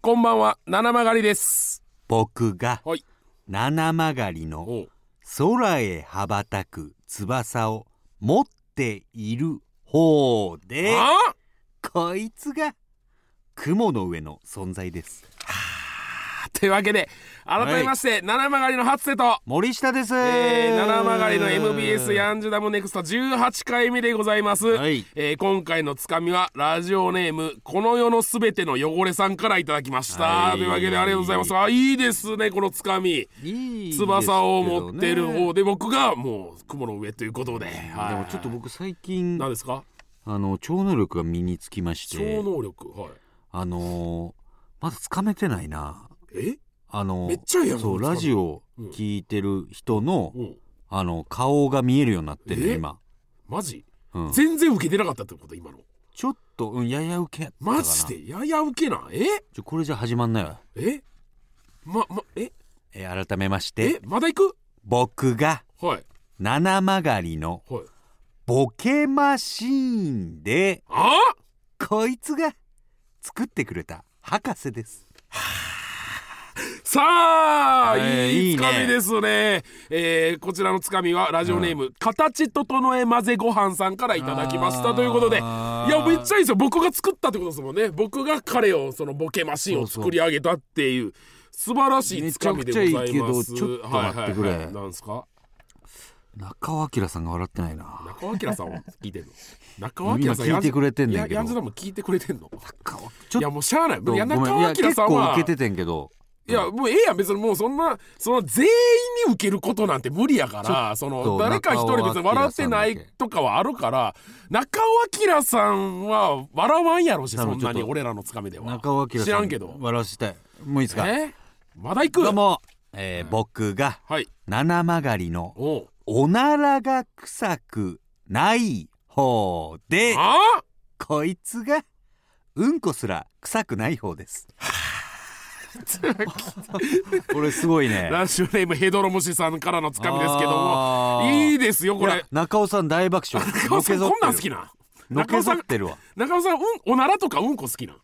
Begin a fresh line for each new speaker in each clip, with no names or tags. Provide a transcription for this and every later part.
こんばんは七曲りです
僕が
はい
七曲がりの
おう
空へ羽ばたく翼を持っている方で
あ
こいつが雲の上の存在です
というわけで改めまして、七曲りの初瀬と
森下です、
えー、七曲りの MBS ヤンジュダムネクスト18回目でございます、
はい
えー今回のつかみはラジオネームこの世のすべての汚れさんからいただきました、
は
と
い
いうわけでありがとうございますあいいですねこのつかみ
いいですけどね
翼を持ってる方で僕がもう雲の上ということで、はい、
でもちょっと僕最近
何ですか
あの超能力が身につきまし
超
て
能力はい
あのーまだつかめてないな
え
あのー
めっちゃええやん
そうラジ
オ、
オ聞いてる人の、
うん、
あの顔が見えるようになってる
え
今、
マジ
うん、
全然受けてなかったってこと今の
ちょっと、うん、やや受けやったかな
マジでやや受けなえ
ちょこれじゃ始まんないわ
えままえ
えー改めまし
え
て
まだ行
僕が
くはい
七曲がりの
はい
ボケマシーンで
あ
こいつが作ってくれた博士です
さあ、
えー
い
い
い
い
つ
ね
かみですねえーこちらのつかみはラジオネーム、形整え混ぜご飯さんからいただきましたということでい
あー
やめっちゃいいですよ僕が作ったってことですもんね僕が彼をそのボケマシンを作り上げたっていう素晴らしいつかみでございます
めちゃくちゃいいけどちょっと待ってくれ
はいはいはい、なんですか
中尾明さんが笑ってないな
中尾明さんは聞い てんの中尾明さん
今聞いてくれてんねんけど
やヤンズダム聞いてくれてんの
中尾ちょ
い
っ
やもうしゃあない
と
いや
ごめ
中
んいや
尾明
結
さん
構
は
受けててんけど
いやもうええやん別にもうそんなその全員に受けることなんて無理やからそ
ちょ
の
っと
誰か一人別に笑ってな
中尾明さんだ
い
け
とかはあるから中尾明さんは笑わんやろし
多
そん
分
な
ちょ
に
っと
俺らのつかみでは
中尾明さん
知らんけど
笑わしたいもういいですか
えまだ行く
どうも、えー僕が
はい
七曲がりの
おう
おならが臭くない方で
あ
こいつがうんこすら臭くない方です。 これすごいね。
ラジオネームヘドロムシさんからのつかみですけど
あ
も
ー
いいですよこ
い
れ
や中尾さん大爆笑。
中尾さん
の
こんなん好
け
き
ぞってる
な
のけぞってるわ。
中尾さん、うん、おならとかうんこ好きなん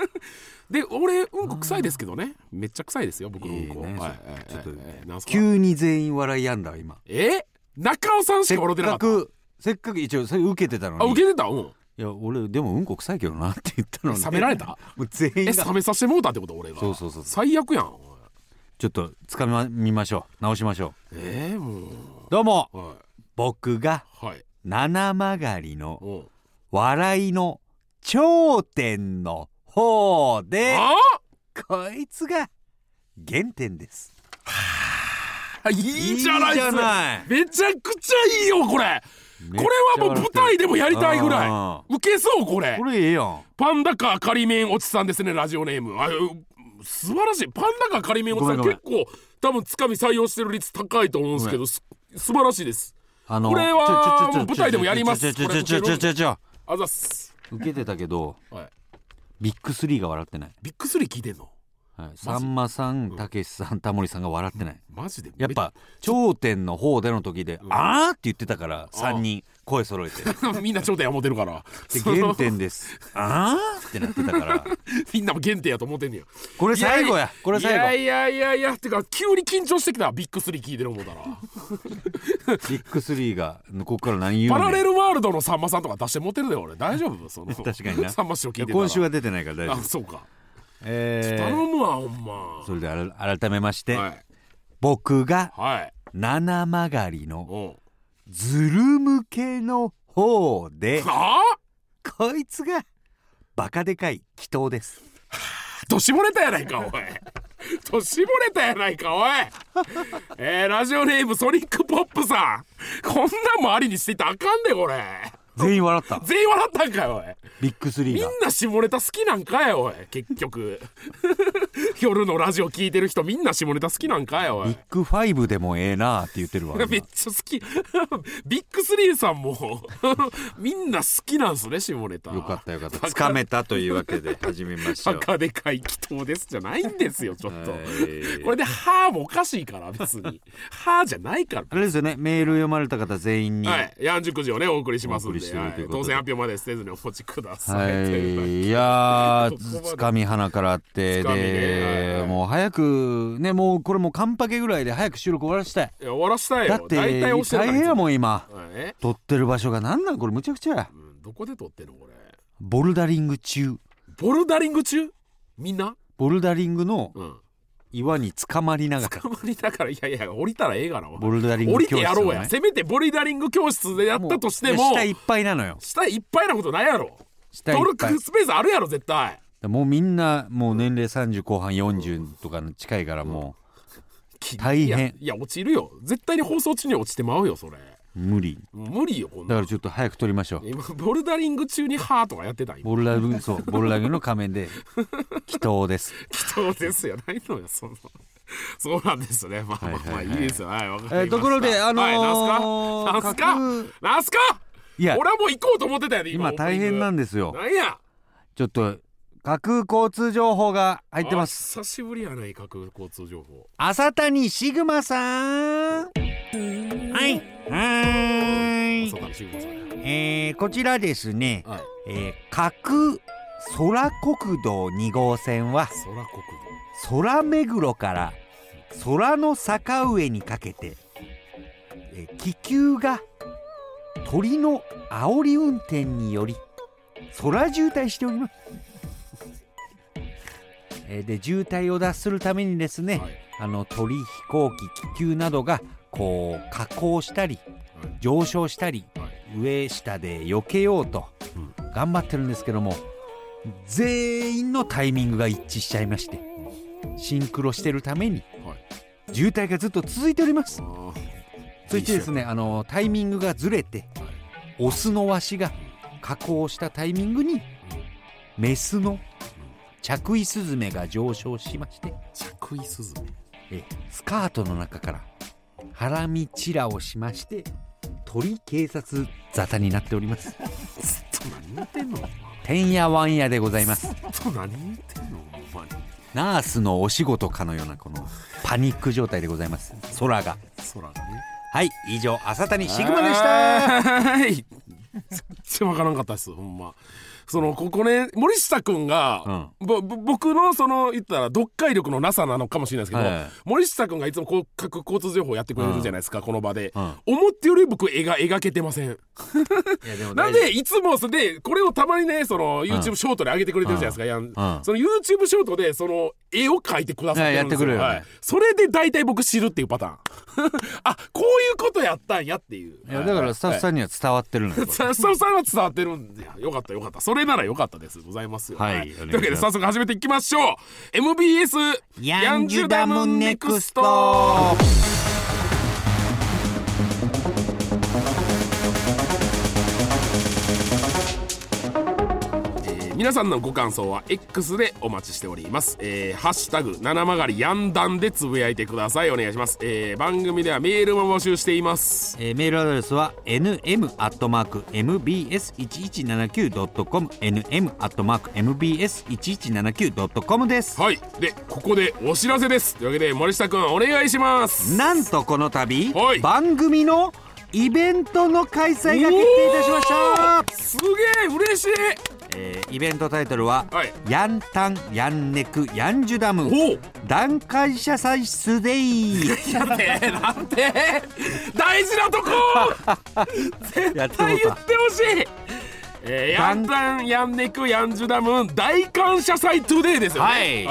で俺うんこ臭いですけどねめっちゃ臭いですよ僕のうんこ、
いいね
はい
ちょっと
えなんすか
急に全員笑いやんだわ今。
え中尾さんし
せっ
か笑ってなか
か
った
くせっかく一応それ受けてたの
あ
に。
受けてたうん
いや俺でもうんこ臭いけどなって言ったのに。
冷められた。
もう全員
え
が
冷めさせてもうたってこと俺が
そうそうそう
最悪やんおい
ちょっとつかみましょう。直しましょ
えー、も
う。どうも
うは
僕が
いはい
七曲がりの
うん
笑いの頂点の方で
あ
こいつが原点です
あい いじゃないっす
いいじゃない
めちゃくちゃいいよこれこれはもう舞台でもやりたいぐら
あ
い受けそうこれ
これええやん
パンダか仮面おじさんですねラジオネームあう素晴らしいパンダか仮面おじさん
ごめん
結構多分つかみ採用してる率高いと思うんですけどす素晴らしいです
あの
これは
ちょちょちょ
もう舞台でもやります
ちょちょちょちょちょちょちょ
あざっす、
受けてたけど
はい、
ビッグスリーが笑ってない、
ビッグスリー聞いてんの
はい、さんまさんたけしさんタモリさんが笑ってない
マジで
やっぱ頂点の方での時で「あー」って言ってたから3人声揃 えてで
めみんな頂点や思ってるからその
原点です「あー」ってなってたから
みんなも原点やと思ってんねや
これ最後やこれ最後
いやいやいやいやってか急に緊張してきたビッグスリー聞いてる思うたら
ビッグスリーがここから何言う
パ
ん
ラ
ね
レ
ん
ルワールドのさんまさんとか出して持ってるで俺大丈夫その
確かにな
さんま師匠聞いてたら
今週は出てないから大丈
あ
夫
そうか
え
頼
ー
むわほんま
それであら改めまして、
はい
僕が
はい
七曲がりの
うん
ズル向けの方で
はあ
こいつがバカでかい祈祷 です
年ぼれたやないかおい年ぼれたやないかおいえー、ラジオネームソニックポップさんこんなんもありにしていたらあかんでこれ
全員笑った
全員笑ったんかよおい
ビッグスリ
み
ー
ん
が
な絞れた好きなんかよおい結局 夜のラジオ聞いてる人みんな下ネタ好きなんかよお
ビ
い
ッグファイブでもええなって言ってる わ
めっちゃ好きビッグスリーさんも みんな好きなんすね下ネタ
今よかったよかったつかめたというわけで始めましょ
バ
う
カでかい祈祷ですじゃないんですよちょっと、
はい
これで「はあ」もおかしいから別 に「はあ」じゃないから
あれですよねメール読まれた方全員に
は、
はい
ヤンジュクジをねお送りしますん
お送
で
りしてる
はい
ということで
当選発表まで捨てずにお持ちください。というわけで
い、いや
ここま
ー
で
つかみ鼻からあって
つかみねはい
で
はい
もう早くねもうこれもうカンパケぐらいで早く収録終わらしたい
いや終わらせたいよ。
だって
大体押してる
大変やもん今
ん。え、
撮ってる場所がなんなんこれむちゃくちゃや
うん、どこで撮ってんのこれ。
ボルダリング中
ボルダリング中？みんな？
ボルダリングの
うん。
岩につかまりながら
捕まりだからいやいや降りたらええがな。お
ボ
前
ルダリン
降
グ
り
教
て
室
やろうや。
をね
せめてボルダリング教室でやったとしても
う下いっぱいなのよ
下いっぱいなことないやろ。
下いっ
登
ぱい
録スペースあるやろ絶対。
もうみんなもう年齢30後半40とかの近いからも大変
いやいや落ちるよ。絶対に放送中に落ちてまうよそれ。
う無理
無理よこん
だ
な
か
ん。
らちょっと早く撮りましょう
今ボルダリング中にハーとかやってた今。
ボルダリングそうボルダリングの仮面で祈祷です
そうですよ、ないのよ、その。そうなんですね。まあまあまあ、
はいはい
い
はい
いですよ。はい、わかりました。
えーところであのー
はい、なんすかなんす
架
かなんすか
いや
俺はもう行こうと思ってたよね、
今大変なん
で
ですよ
なんや
ちょっと架空交通情報が入ってます
あ久しぶりやない、架空交通情報。
浅谷シグマさんはいはーい
朝から慎吾さんや
えー、こちらですね、
はい。
えー、架空空国道2号線は
空国道。
空目黒から空の坂上にかけてえー気球が鳥の煽り運転により空渋滞しております。えーで渋滞を脱するためにですね、
はい
あの鳥飛行機気球などがこう下降したり上昇したり
はい。はい。
上下で避けようと
うん
頑張ってるんですけども全員のタイミングが一致しちゃいましてシンクロしてるために
はい
渋滞がずっと続いております
あー
そしてですねあのタイミングがずれて
はい
オスのワシが加工したタイミングにメスの着衣スズメが上昇しまして
着衣スズメ。
えスカートの中からハラミチラをしまして鳥警察沙汰になっております
ずっと何言ってんのず
てんやわんやでございます
っと何言ってんのお前に。
ナースのお仕事かのようなこのパニック状態でございます空が
空がね。
はい以上浅谷シグマでした
はい全然わからんかったですほんまそのここね森下君が、ぼぼ僕のその言ったら読解力のなさなのかもしれないですけど、
はい
森下君がいつもこう各交通情報やってくれるじゃないですか、この場で、
うん
思ってより僕絵が描けてません
いやでも
なんでいつもそれでこれをたまにねその
う
YouTube ショートで上げてくれてるじゃないですか、やん
うん
その YouTube ショートでその絵を描いてくださってるんですよ
はいやってくれるよね
はいそれで大体僕知るっていうパターン あこういうことやったんやっていう
いやだからスタッフさんには伝わってるのよこ
さスタッフさんは伝わってるんでよかったよかったそれならよかったですございますよ
はい
と
お
い
願いします
うわけで早速始めていきましょう MBS
ヤンジュダムネクスト
えー皆さんのご感想は X でお待ちしております。えーハッシュタグ七曲りやんだんでつぶやいてください。お願いします。えー番組ではメールも募集しています。
えーメールアドレスは nm.mbs1179.com nm.mbs1179.com です
はい。で、ここでお知らせです。というわけで森下くんお願いします。
なんとこの度
はい
番組のイベントの開催が決定いたしました
おーすげえ嬉しい
えーイベントタイトルは「
はい
ヤンタンヤンネクヤンジュダム
おう
段階謝祭スデイ」
なんてなんて大事なとこ 絶
や
対
っても
言ってほ
うた
しいえー、
だ
ヤ
ん
ンタンヤンネクヤンジュダム大感謝祭トゥデイですよねはいえ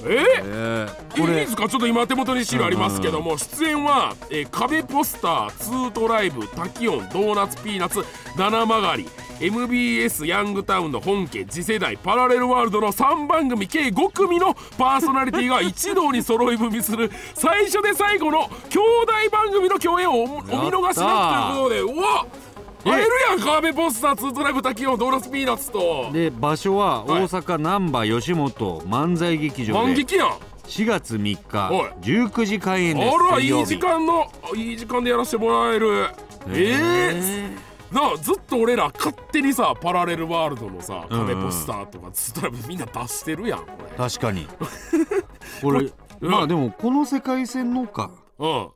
ーいいですかちょっと今手元に資料ありますけども出演は、えー壁ポスターツートライブタキオンドーナツピーナツ七曲り MBS ヤングタウンの本家次世代パラレルワールドの3番組計5組のパーソナリティが一堂に揃い踏みする最初で最後の兄弟番組の共演をおお見逃しなくということでうわ会えるやん川辺ポスター2トライブ滝音ドーナツピーナッツと
で場所は
はい
大阪難波吉本漫才劇場
万
で
劇やん
4月3日
おい
19時開演です
あら
水
い
曜
い
日
時間のあいい時間でやらせてもらえるええ
え
なあずっと俺ら勝手にさパラレルワールドのさ壁ポスターとかツートライブみんな出してるやんこれ
確かに
こ れ
うん
まあでもこの世界線のか
うん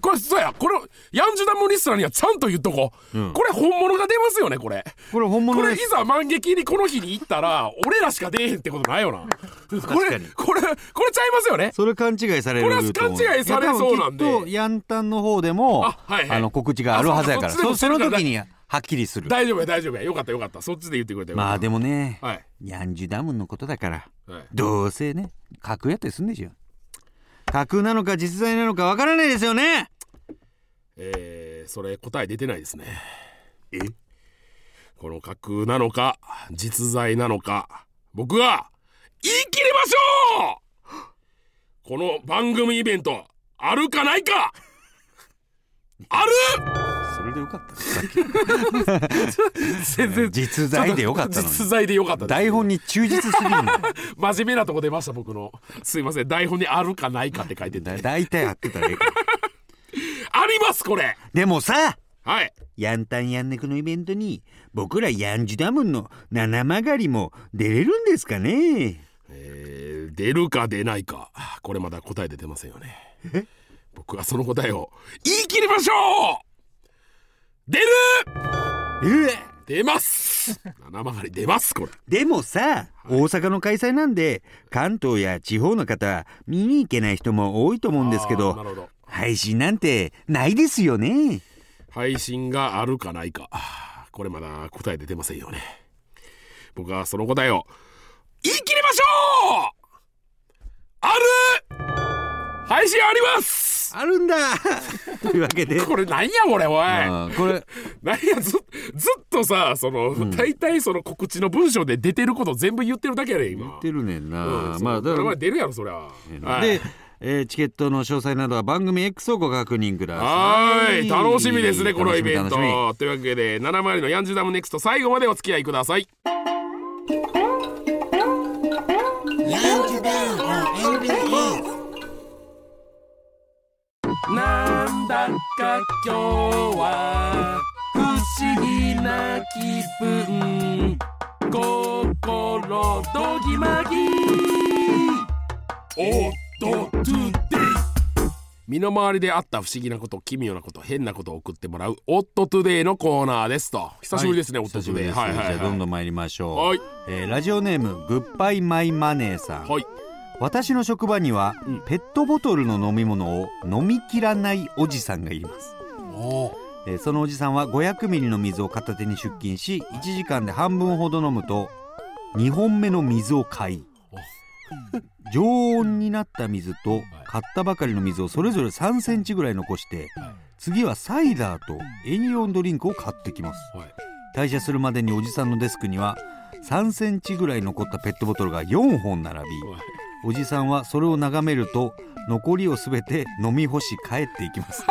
これそうやこれヤンジュダムリスナーにはちゃんと言っとこう、
うん
これ本物が出ますよねこれ
これ本
こ
物
れ
で
い
す
ざ万劇にこの日に行ったら俺らしか出えへんってことないよなこれこれこれちゃいますよね
それ勘違いされる
これは
と思う
勘違いされそうなんで
いや多分きっとヤンタンの方でも
あはいはい
あの告知があるはずやから
あそう
そ
か
そ
そっ
の
ちでも
時にはっきりする
大丈夫や大丈夫やよかったよかったそっちで言ってくれたよ
まあでもね
はい、
ヤンジュダムのことだから
はい、
どうせね架空やったりすんでしょ架空なのか実在なのかわからないですよね
えー、それ答え出てないですねえこの架空なのか実在なのか僕は言い切れましょうこの番組イベントあるかないかある
それでよかったです
全然
実在でよかったのに
実在でよかったです
台本に忠実すぎるのよ
真面目なとこ出ました僕のすいません台本にあるかないかって書いてて
だ大体合ってたらええから
ありますこれ
でもさ
はい
ヤンタンヤンネクのイベントに僕らヤンジュダムンの七曲がりも出れるんですかね
えー出るか出ないかこれまだ答え出てませんよね僕はその答えを言い切りましょう出る
うわ
出ます七曲り出ますこれ
でもさ大阪の開催なんで関東や地方の方は見に行けない人も多いと思うんですけ
あーな
ど
るほど
配信なんてないですよね
配信があるかないかこれまだ答え出てませんよね僕はその答えを言い切りましょうある配信あります
あるんだ というわけで
これなんやこれおい
あーこれ
なんやずずっとさその、大体その告知の文章で出てること全部言ってるだけやね今
言ってるねんな、
うん
まあだか
そ
ら
れ出るやろそりゃ、はい
で、えーチケットの詳細などは番組 X をご確認くださ
はいーい楽しみですねこのイベン
楽しみ楽しみ
トというわけで七回りのヤンジュダムネクスト最後までお付き合いくださいなんだか今日は不思議な気分心どぎまぎおっとトゥデイ身の回りであった不思議なこと奇妙なこと変なことを送ってもらう「オットトゥデイ」のコーナーですと久しぶりですね、
はい
オットト
久し
ゥ
ぶり
デイ
です、
はいはい
じゃあどん
は
どん参りましょう、
はい
えーラジオネームグッバイマイマネーさん、
いはい
私の職場には、
うん
ペットボトルの飲み物を飲みきらないおじさんがいます、
おー
えーそのおじさんは500ミリの水を片手に出勤し1時間で半分ほど飲むと2本目の水を買い常温になった水と買ったばかりの水をそれぞれ3センチぐらい残して次はサイダーとエニオンドリンクを買ってきます
はい
退社するまでにおじさんのデスクには3センチぐらい残ったペットボトルが4本並び
はい
おじさんはそれを眺めると残りを全て飲み干し帰っていきます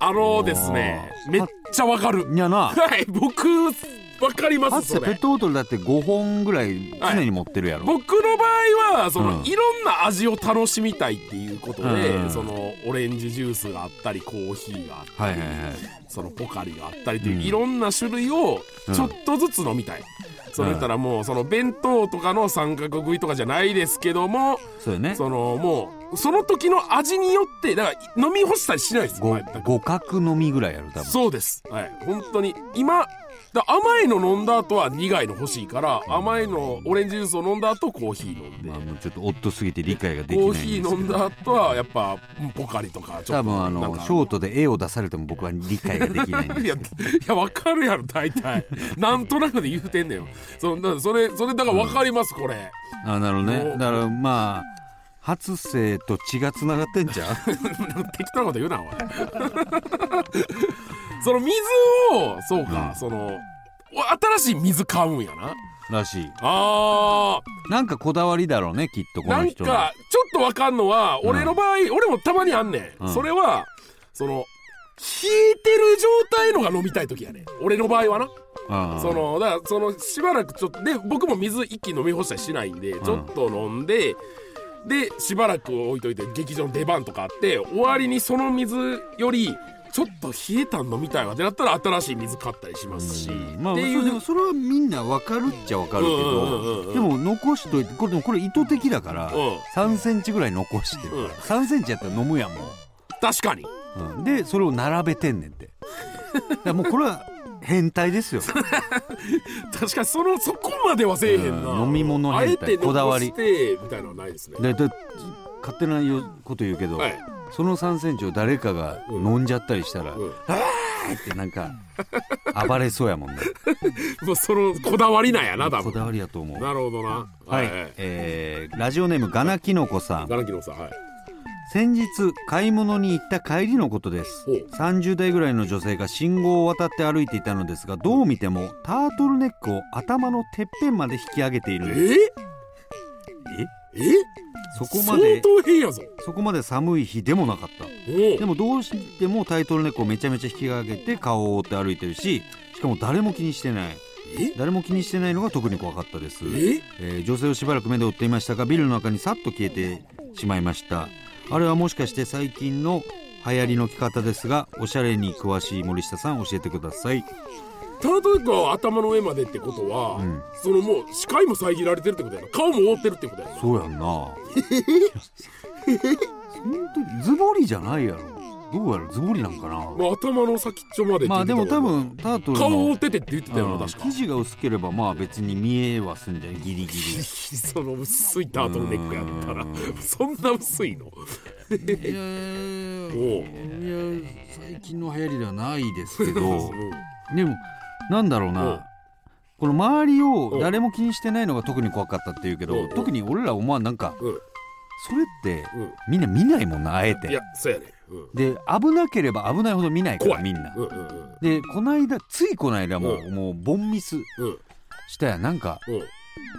あのですね
あー
めっちゃわかる
いやな
はい僕わかり
か
ます
つて
そ
ペッ
れ
トボトルだって5本ぐらい常に持ってるやろ、
僕の場合はその、
うん
いろんな味を楽しみたいっていうことで、
うん
そのオレンジジュースがあったりコーヒーがあった
はい
り、
はいはい
そのポカリがあったりという、
うん
いろんな種類をちょっとずつ飲みたい、それ言ったらもうその弁当とかの三角食いとかじゃないですけども
そうよね
そのもうその時の味によってだから飲み干したりしないです
ご
全く
互角飲みぐらいやろ多分
そうですはい本当に今だ甘いの飲んだ後は苦いの欲しいから甘いのオレンジジュースを飲んだ後コーヒー飲んで
まあもうちょっと夫すぎて理解ができない
コ
ん
ー
です
ヒ
けど
ー飲んだ後はやっぱうんポカリとかちょっ
多
と
分あ
なん
の
か
ショートで絵を出されても僕は理解ができないんです
い やいや分かるやろ大 体なんとなくで言うてんねんよそんなそれそれだから分かりますこれ
あなるほど
お
ねだからまあ初生と血がつながってんじゃん
適当なこと言う なおいその水をそうか、そのお新しい水買うんやな
らしい
あー
なんかこだわりだろうねきっとこ
な
の
ん
人の
かちょっとわかんのは俺の場合、俺もたまにあんねん、
うん
それはその引いてる状態のが飲みたい時やね俺の場合はな
あ
そのだからそのしばらくちょっとで僕も水一気に飲み干したりしないんでちょっと飲んで、でしばらく置いといて劇場の出番とかあって終わりにその水よりちょっと冷えたの飲みたいわってなったら新しい水買ったりしますし、
まあ、
っていう
そでもそれはみんなわかるっちゃわかるけ
うんうんうんう
ど
ん
でも残しといてこれでもこれ意図的だから
うん
3センチぐらい残してる
うん
3センチやったら飲むやんも
確かに
う、うん、でそれを並べてんねんってだからもうこれは変態ですよ
確かにそのそこまではせえへんな、
うん飲み物
あえ
変態
て
こだわ
残
り
してみたいなのはないですね
でだ勝手なよこと言うけど、
はい
その3センチを誰かが飲んじゃったりしたら、
うん
ってなんか暴れそうやもん ね
もうそのこだわりなんやな多
こだ
分
わりやと思う
なるほどな
はい、えーラジオネームガナキノコさん
ガラキノさんはい
先日買い物に行った帰りのことです
ほう
30代ぐらいの女性が信号を渡って歩いていたのですがどう見てもタートルネックを頭のてっぺんまで引き上げているんです
えええ
そこま
相
で
当変やぞ
そこまで寒い日でもなかった
お
でもどうしてもタイトルネックをめちゃめちゃ引き上げて顔を覆って歩いてるししかも誰も気にしてない
え
誰も気にしてないのが特に怖かったです
え
えー女性をしばらく目で追っていましたがビルの中にさっと消えてしまいましたあれはもしかして最近の流行りの着方ですがおしゃれに詳しい森下さん教えてください
タートルネックは頭の上までってことは、
ん
そのもう視界も遮られてるってことやな顔も覆ってるってことやな
そうやんな本当にズボリじゃないやろどうやろズボリなんかな
まあ、頭の先っちょまでって言
ま
っ
あ
て
で
た
も
わ
多分タートルの
顔覆っててって言ってたよな
うん
確か
生地が薄ければまあ別に見えはすんじゃないギリギ
その薄いタートルネックやったらそんな薄いの
リいや
おう
いや最近の流行りではないですけ
う
ど
ん
でもなんだろう
う
なんこの周りを
ん
誰も気にしてないのが特に怖かったっていうけ
うんう
ど
ん
特に俺らお前なんか
うん
それって
うん
みんな見ないもんなあえ
い
て
やそうやねうん
で危なければ危ないほど見ないか
怖
ら
い
みんな
うんうんうん
でこないだついこないだも
う
もうボンミス
うん
したやんなんか
うん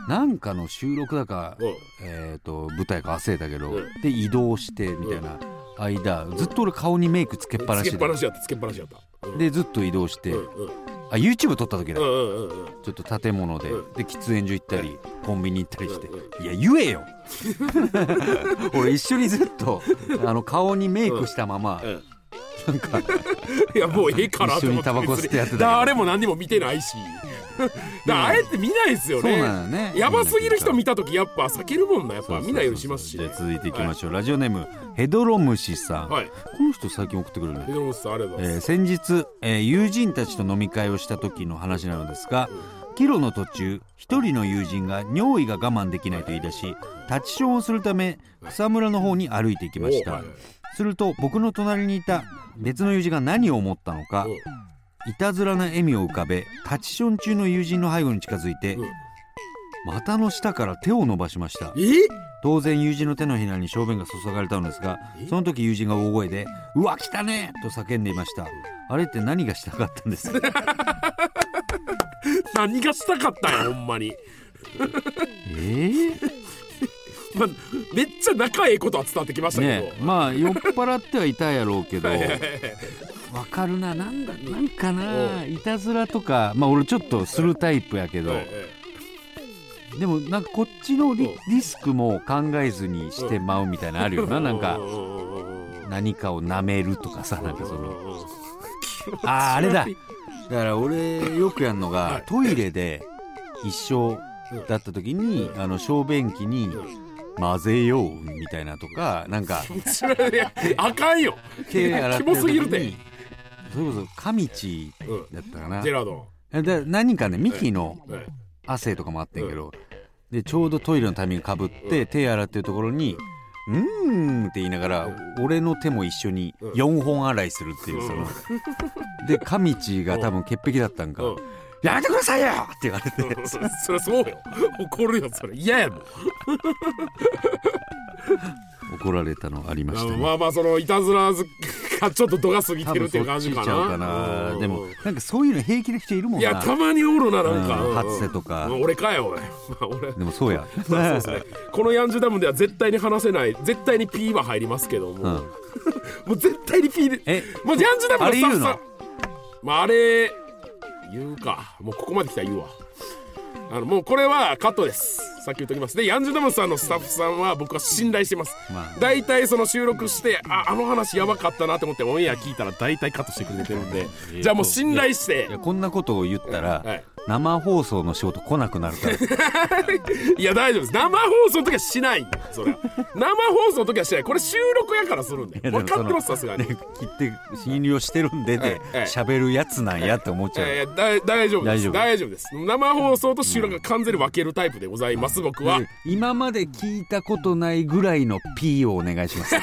なんかの収録だか
うん
えーと舞台か忘れたけど
うん
で移動してみたいな間ずっと俺顔にメイクつけっぱな
つけ
し
っぱ
で
なしやったつけっぱなしやったうん
でずっと移動して
うんうん
あ YouTube 撮った時だ
うんうんうんうん
ちょっと建物で、
うん
で喫煙所行ったり、コンビニ行ったりして、
うん
いや言えよ 俺一緒にずっとあの顔にメイクしたまま、
うん
なんか
いやもうええかなと思って
一緒にタバコ吸ってやってたけど
誰も何にも見てないしだからあえて見ないですよ
そう
ね
なのね
やばすぎる人見た時やっぱ避けるもんなやっぱ見ないようにしますし
じゃ
ね
あ続いていきましょう、ラジオネームヘドロムシさん、
はい
この人最近送ってくるね
江戸本さんありがとうござい
えー
ます
先日、えー友人たちと飲み会をした時の話なのですが帰路の途中一人の友人が尿意が我慢できないと言い出し立ちションをするため草むらの方に歩いていきまし
おうは
た
いはい
すると僕の隣にいた別の友人が何を思ったのか
うん
いたずらな笑みを浮かべ立ちション中の友人の背後に近づいて
うん
股の下から手を伸ばしました
え
当然友人の手のひらに小便が注がれたのですが
え
その時友人が大声で「うわ来たね!」と叫んでいましたあれって何がしたかったんですか
何がしたかったんやほんまに
えー
まあめっちゃ仲ええことは伝わってきましたけ
ね
ど
えまあ酔っ払ってはいたやろうけ どわかるななんだなんか
う
な、いたずらとかまあ俺ちょっとするタイプやけど、
はいはい
でもなんかこっちのリリスクも考えずにしてまうみたいなのあるよななんか
ううんうんうん
何かを舐めるとかさなんかその
うんうんうん
あーあれだだから俺よくやるのがトイレで一緒だった時にあの小便器に混ぜようみたいなとかなんか
いやあか んよ
手洗って
キモすぎる
時
て
にそれこそ神地
うん
だったかな
ジェラード
で何人かねミキの
ンはい
汗とかもあってんけど、でちょうどトイレのタイミングかぶって、手洗ってるところに「うーん」って言いながら、俺の手も一緒に
うん
4本洗いするっていう、そので上地が多分潔癖だったんか「
うん
やめてくださいよ!」って言われて
そりゃそうよ怒るよそれ嫌やもん
怒られたのありましたね。
まあまあそのいたずらずがちょっと度が過ぎ
多
てる
分
って
そ
い
っ
う感
ち
じ
行
か
っちゃうか
な
な
うん
でもなんかそういうの平気な人いるもん
い
な
やたまにおるななん
うん
か
初瀬とか
うん俺かよおい俺
でもそうや
そうですねこのヤンジュダムでは絶対に話せない絶対に P は入りますけども、
うん
もう絶対にピーで
え
もうジャンジュダムのスタッフ
あ
さ
れ
んまああれ言うかもうここまで来たら言うわあのもうこれはカットですさっき言っときますでヤンジュダムさんのスタッフさんは僕は信頼してます、
まあ
大体その収録してああの話やばかったなと思ってオンエア聞いたら大体カットしてくれてるんでじゃあもう信頼して
いやこんなことを言ったら、
はい
生放送の仕事来なくなるから
いや大丈夫です生放送の時はしないんだそれは生放送の時はしないこれ収録やからするんで
や
これ買ってますさすがに、
ね切って信用してるんで
え
で
えええ
喋、るやつなんやって思っちゃう、
えー、だ大丈夫です
大丈夫
大丈夫です生放送と収録が完全に分けるタイプでございます僕は
で今まで聞いたことないぐらいの P をお願い します、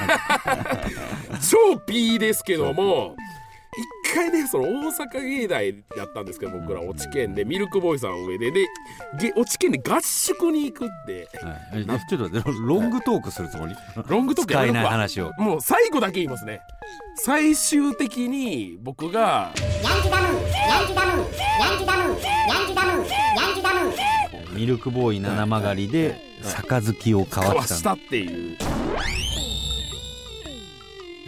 超 P ですけども一回ねその大阪芸大やったんですけど僕ら落ち県でミルクボーイさん上ででげ落ち県で合宿に行くって
はいえちょっと待ってロングトークするつもり
ロングトークや
使
め
え
とく
ない
わ
話を
もう最後だけ言いますね最終的に僕が
ヤンキダムヤンキダムヤンキダムヤンキダムヤンキダム
ミルクボーイ七曲がりで杯を交
交
わ
わ
し
したたっていう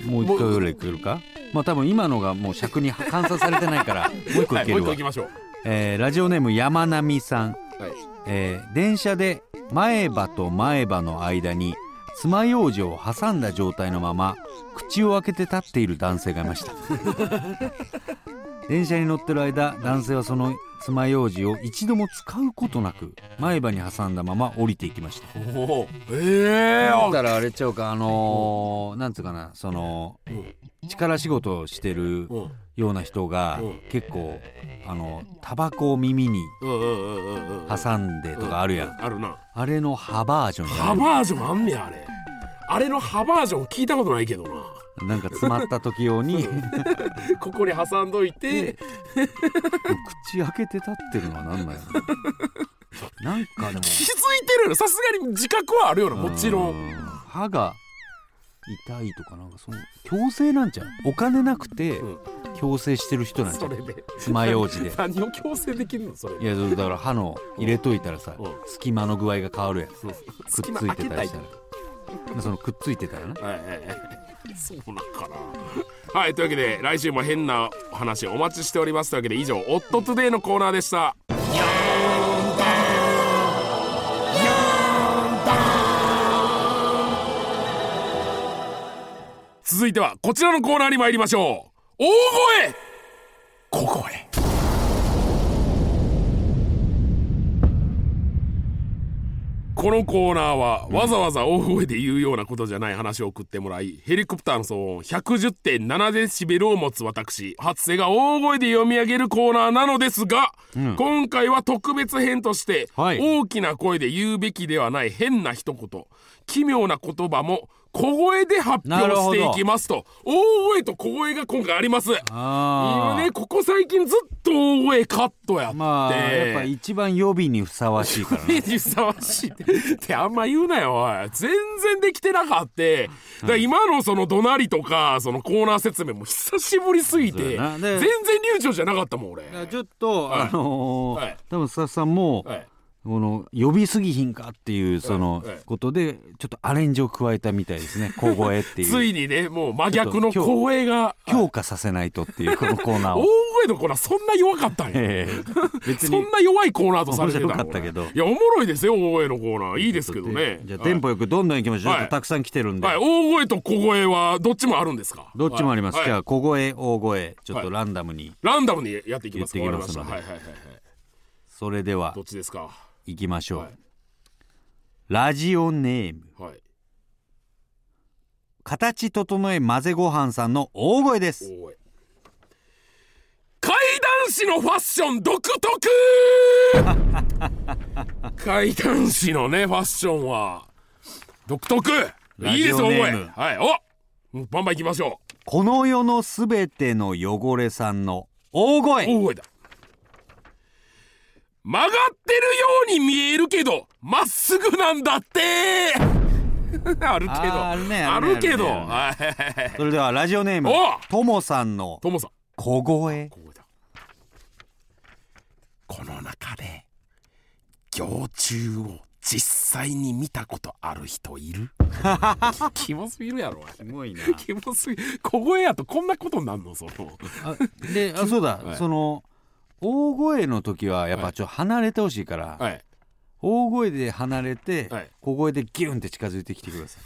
もう一回ぐらい来るかまあ多分今のがもう尺に観察されてないからもう一個
はいい
け
もう一
る
個
わ
行き、ましょう
えーラジオネーム山並さん、
はい
えー電車で前歯と前歯の間に爪楊枝を挟んだ状態のまま口を開けて立っている男性がいました電車に乗ってる間男性はその爪楊枝を一度も使うことなく前歯に挟んだまま降りていきました
おおええ
だっ
ー、
たらあれちゃうかあのーなんつうかなその力仕事をしてる
うん
ような人が
うん
結構あのタバコを耳に
うんうんうんうんうん
挟んでとかあるやん
あるな
あれの歯バージョンじゃ
ハ
な
バージョンあんねやあれあれのハバージョン聞いたことないけどない
なんか詰まった時用に
ここに挟んどいて
口開けて立ってるのは何なんやろなんかでも
気づいてるよさすがに自覚はあるよな もちろ
うんん歯が痛いとかなんかその強制なんじゃんお金なくて
うん
強制してる人なんじ
そ
ゃん
れで
爪 楊枝で
何を強制できるのそれ
いやだから歯の入れといたらさ
うん
隙間の具合が変わるやんくっ
そう
つ
隙間
い
開
て
け
た
た
り
い
し
か
たらそのくっついてたらね
らはいはいはいそうなんかなはいというわけで来週も変なお話お待ちしておりますというわけで以上「オットトゥデイ」のコーナーでした続いてはこちらのコーナーに参りましょう大声ここへこのコーナーはわざわざ大声で言うようなことじゃない話を送ってもらい、ヘリコプターの騒音110.7デシベルを持つ私初瀬が大声で読み上げるコーナーなのですが、今回は特別編として、
はい
大きな声で言うべきではない変な一言奇妙な言葉も小声で発表していきますと大声と小声が今回あります
あ
今ねここ最近ずっと大声カットやって、
まあやっぱ一番予備にふさわし いから
目
ね
にふさわしいってってあんま言うなよおい全然できてなかってだから今のその怒鳴りとかそのコーナー説明も久しぶりすぎ
そう
て
やな
全
で
然流暢じゃなかったもん俺
だからちょっとあの
はい
ー多分スタッフさんも
はい
この呼びすぎひんかっていうその
はいはい
ことでちょっとアレンジを加えたみたいですね小声って
つ
いう
いにねもう真逆の光栄が
強化させないとっていうこのコーナー
大
を
声のコーナーそんな弱かったんや
ええ別
そ
に
んな弱いコーナーとされてたの
面白かったけど
いやおもろいですよ大声のコーナーいいですけどね
じゃあテンポよくどんどんいきましょう、
はい
ちょっとたくさん来てるんで、
はい、はい大声と小声はどっちもあるんですか
どっちもあります、
はい
じゃ
はい
あ小声大声ちょっ
は
と
い
ランダムに、
ランダムにやっていきます
言っていきます
わ
の
かりましたはいは
で
いはいはい
それでは
どっちですか
いきましょう、
はい
ラジオネーム
はい
形整え混ぜご飯さんの大声です
おい怪談師のファッション独特 怪談師のねファッションは独特
ラ
いいです
ジオ
大
ネ
声
ーム
はいおバンバンいきましょ
この世のすべての汚れさんの大
う
声
大声だ曲がってるように見えるけどまっすぐなんだって あるけど
あーあるね
あ
あるね
るけど
あるね
はい
それではラジオネーム
お
ともさんの
トモさん
小声
ここだこの中で行虫を実際に見たことある人い るキモすぎるやろ
すごいな
キモすぎ小声やとこんなことなんのその
あであそうだ、
はい
その大声の時はやっぱちょっと離れてほしいから、
はい
大声で離れて、
はい
小声でギュンって近づいてきてくださ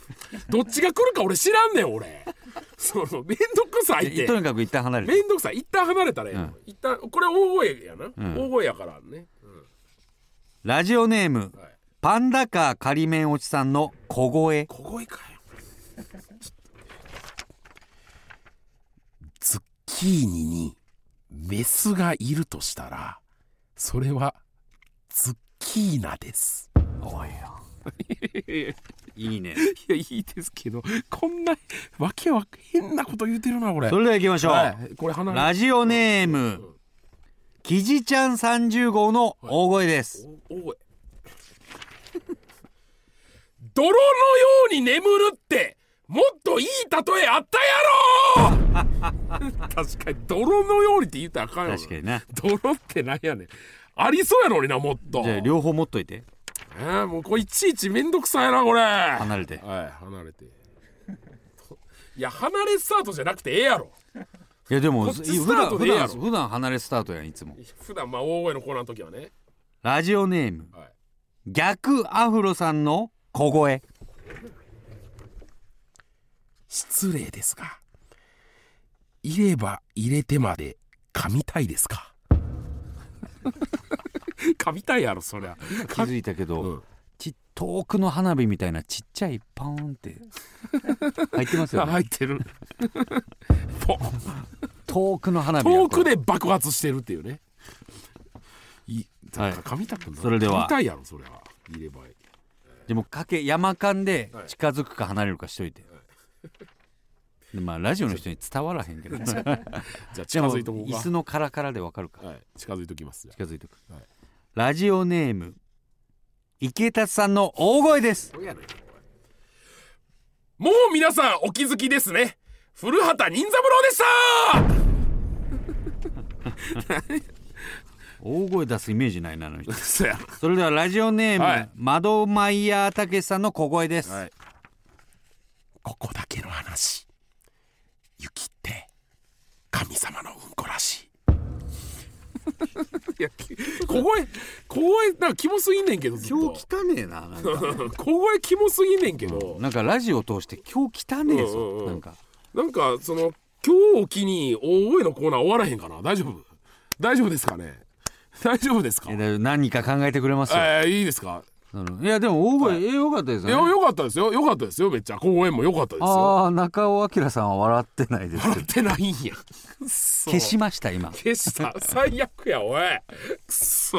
どっちが来るか俺知らんねん俺そのめんどくさ
い
いっ
で
て
とにかく一旦離れて
めんどくさい一旦離れたらええの、
うん
一旦これ大声やな、
ん
大声やからね、
ラジオネーム、
はい
パンダカー仮面おじさんの小声
小声かよズッキーニにメスがいるとしたらそれはズッキーナです
おいよ
いや
いいね
いいですけどこんなわけわけ変なこと言うてるな俺
それでは行きましょう、
はいこれ離れ
ラジオネームキジちゃん30号の大声です、
おおい 泥のように眠るってもっといい例えあったや ろ確かに泥のようにって言ったらあかんよな
確かにな
泥ってなんやねんありそうやのになもっと
じゃあ両方持っといて
えーもうこれいちいちめんどくさいなこれ離
離れて
はい離れて いや離れスタートじゃなくてええやろ
いやでも
こっち
普
スター
段
ト
普
でええや
段
ろ
普段離れスタートやんいつも
普段まあ大声のコーナーの時はね
ラジオネーム、
はい
逆アフロさんの小声
失礼ですが入れば入れてまで噛みたいですか 噛みたいやろそりゃ
気づいたけど、
うん
ち遠くの花火みたいなちっちゃいパーンって 入ってますよ、ね、
入って るポン
遠くの花火
遠く
で
で爆発してるっていうねいなんか噛みたくなる、
それでは
噛みたいやろそりゃ入れば
でもかけ山間で近づくか離れるかしといて、でまあラジオの人に伝わらへんけど
じゃあ
じ
近
ゃあもう
づいとこう
椅子
か
のカラカラでわかるか
はい近づいときますじゃ
近づいてくる、
はい
ラジオネーム池田さんの大声です
あもう皆さんお気づきですね古畑任三郎でした
大声出すイメージないな あの人
そや
それではラジオネーム、
はい
マドマイヤーたけしさんの小声です、
い、ここだけの話雪って神様のうんこらしいいやき小声小声なんかキモすぎんねんけどずっと
今日汚ねえななんか
小声キモすぎんねんけど、
なんかラジオを通して今日汚ねえ
う
ぞ、
んうんうん
なんか
なんかその今日を機に大声のコーナー終わらへんかな大丈夫大丈夫ですかね大丈夫ですか
えだ何か考えてくれますよ、
えー、いいですか
そのいやでも大声、えよかったです
いや
よね
よかったですよよかったですよめっちゃ公演もよかったですよ
ああ中尾明さんは笑ってないですけ
笑
ど
ってないん や消
消しました今
消した最悪やおいくそ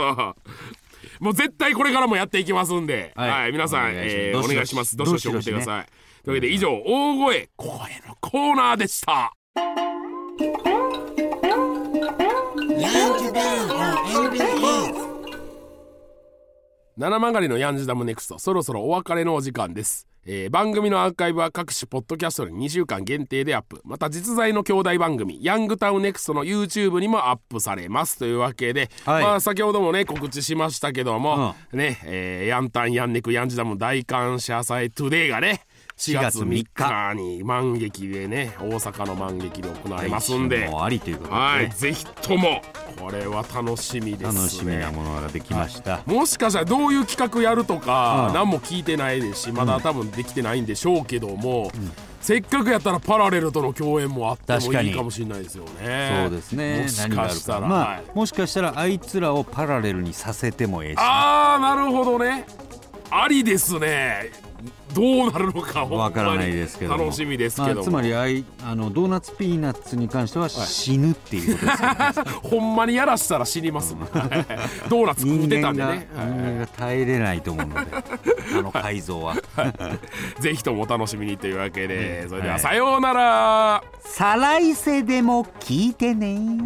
もう絶対これからもやっていきますんで、は
はいい
皆さんお
お
願,、
願いします
えー
どしど
お
し
願いしますどしどし送ってください、というわけで以上大声小声のコーナーでした七曲りのヤンジダムネクストそろそろお別れのお時間です、えー番組のアーカイブは各種ポッドキャストに2週間限定でアップまた実在の兄弟番組ヤングタウンネクストの YouTube にもアップされますというわけで、
はい
まあ先ほどもね告知しましたけども、ね、えーヤンタンヤンネクヤンジダム大感謝祭トゥデイがね4月3日に満劇でね大阪の満劇で行われますんで
もうありということで、
はいぜひともこれは楽しみですね
楽しみなものができました、
もしかしたらどういう企画やるとか、
うん
何も聞いてないですしまだ多分できてないんでしょうけども、せっかくやったらパラレルとの共演もあって
確
も
か
い
に
いかもしれないですよね。
そうですね
もしかしたら、
何があ
は
る
い
かまあ、もしかしたらあいつらをパラレルにさせてもええし
あーなるほどねありですねどうなるのか
わからないですけど
ほんま
も
に楽しみですけども、
まあ、つまりあいあのドーナツピーナッツに関しては死ぬっていう ことですよね、
ほんまにやらしたら死に ます、はいドーナツ食
人
ってた
間
んで
が、
ね、
人間が耐えれないと思うので あの改造は
ぜひともお楽しみにというわけで、それでは
はい
さようなら、
再来世でも聞いてね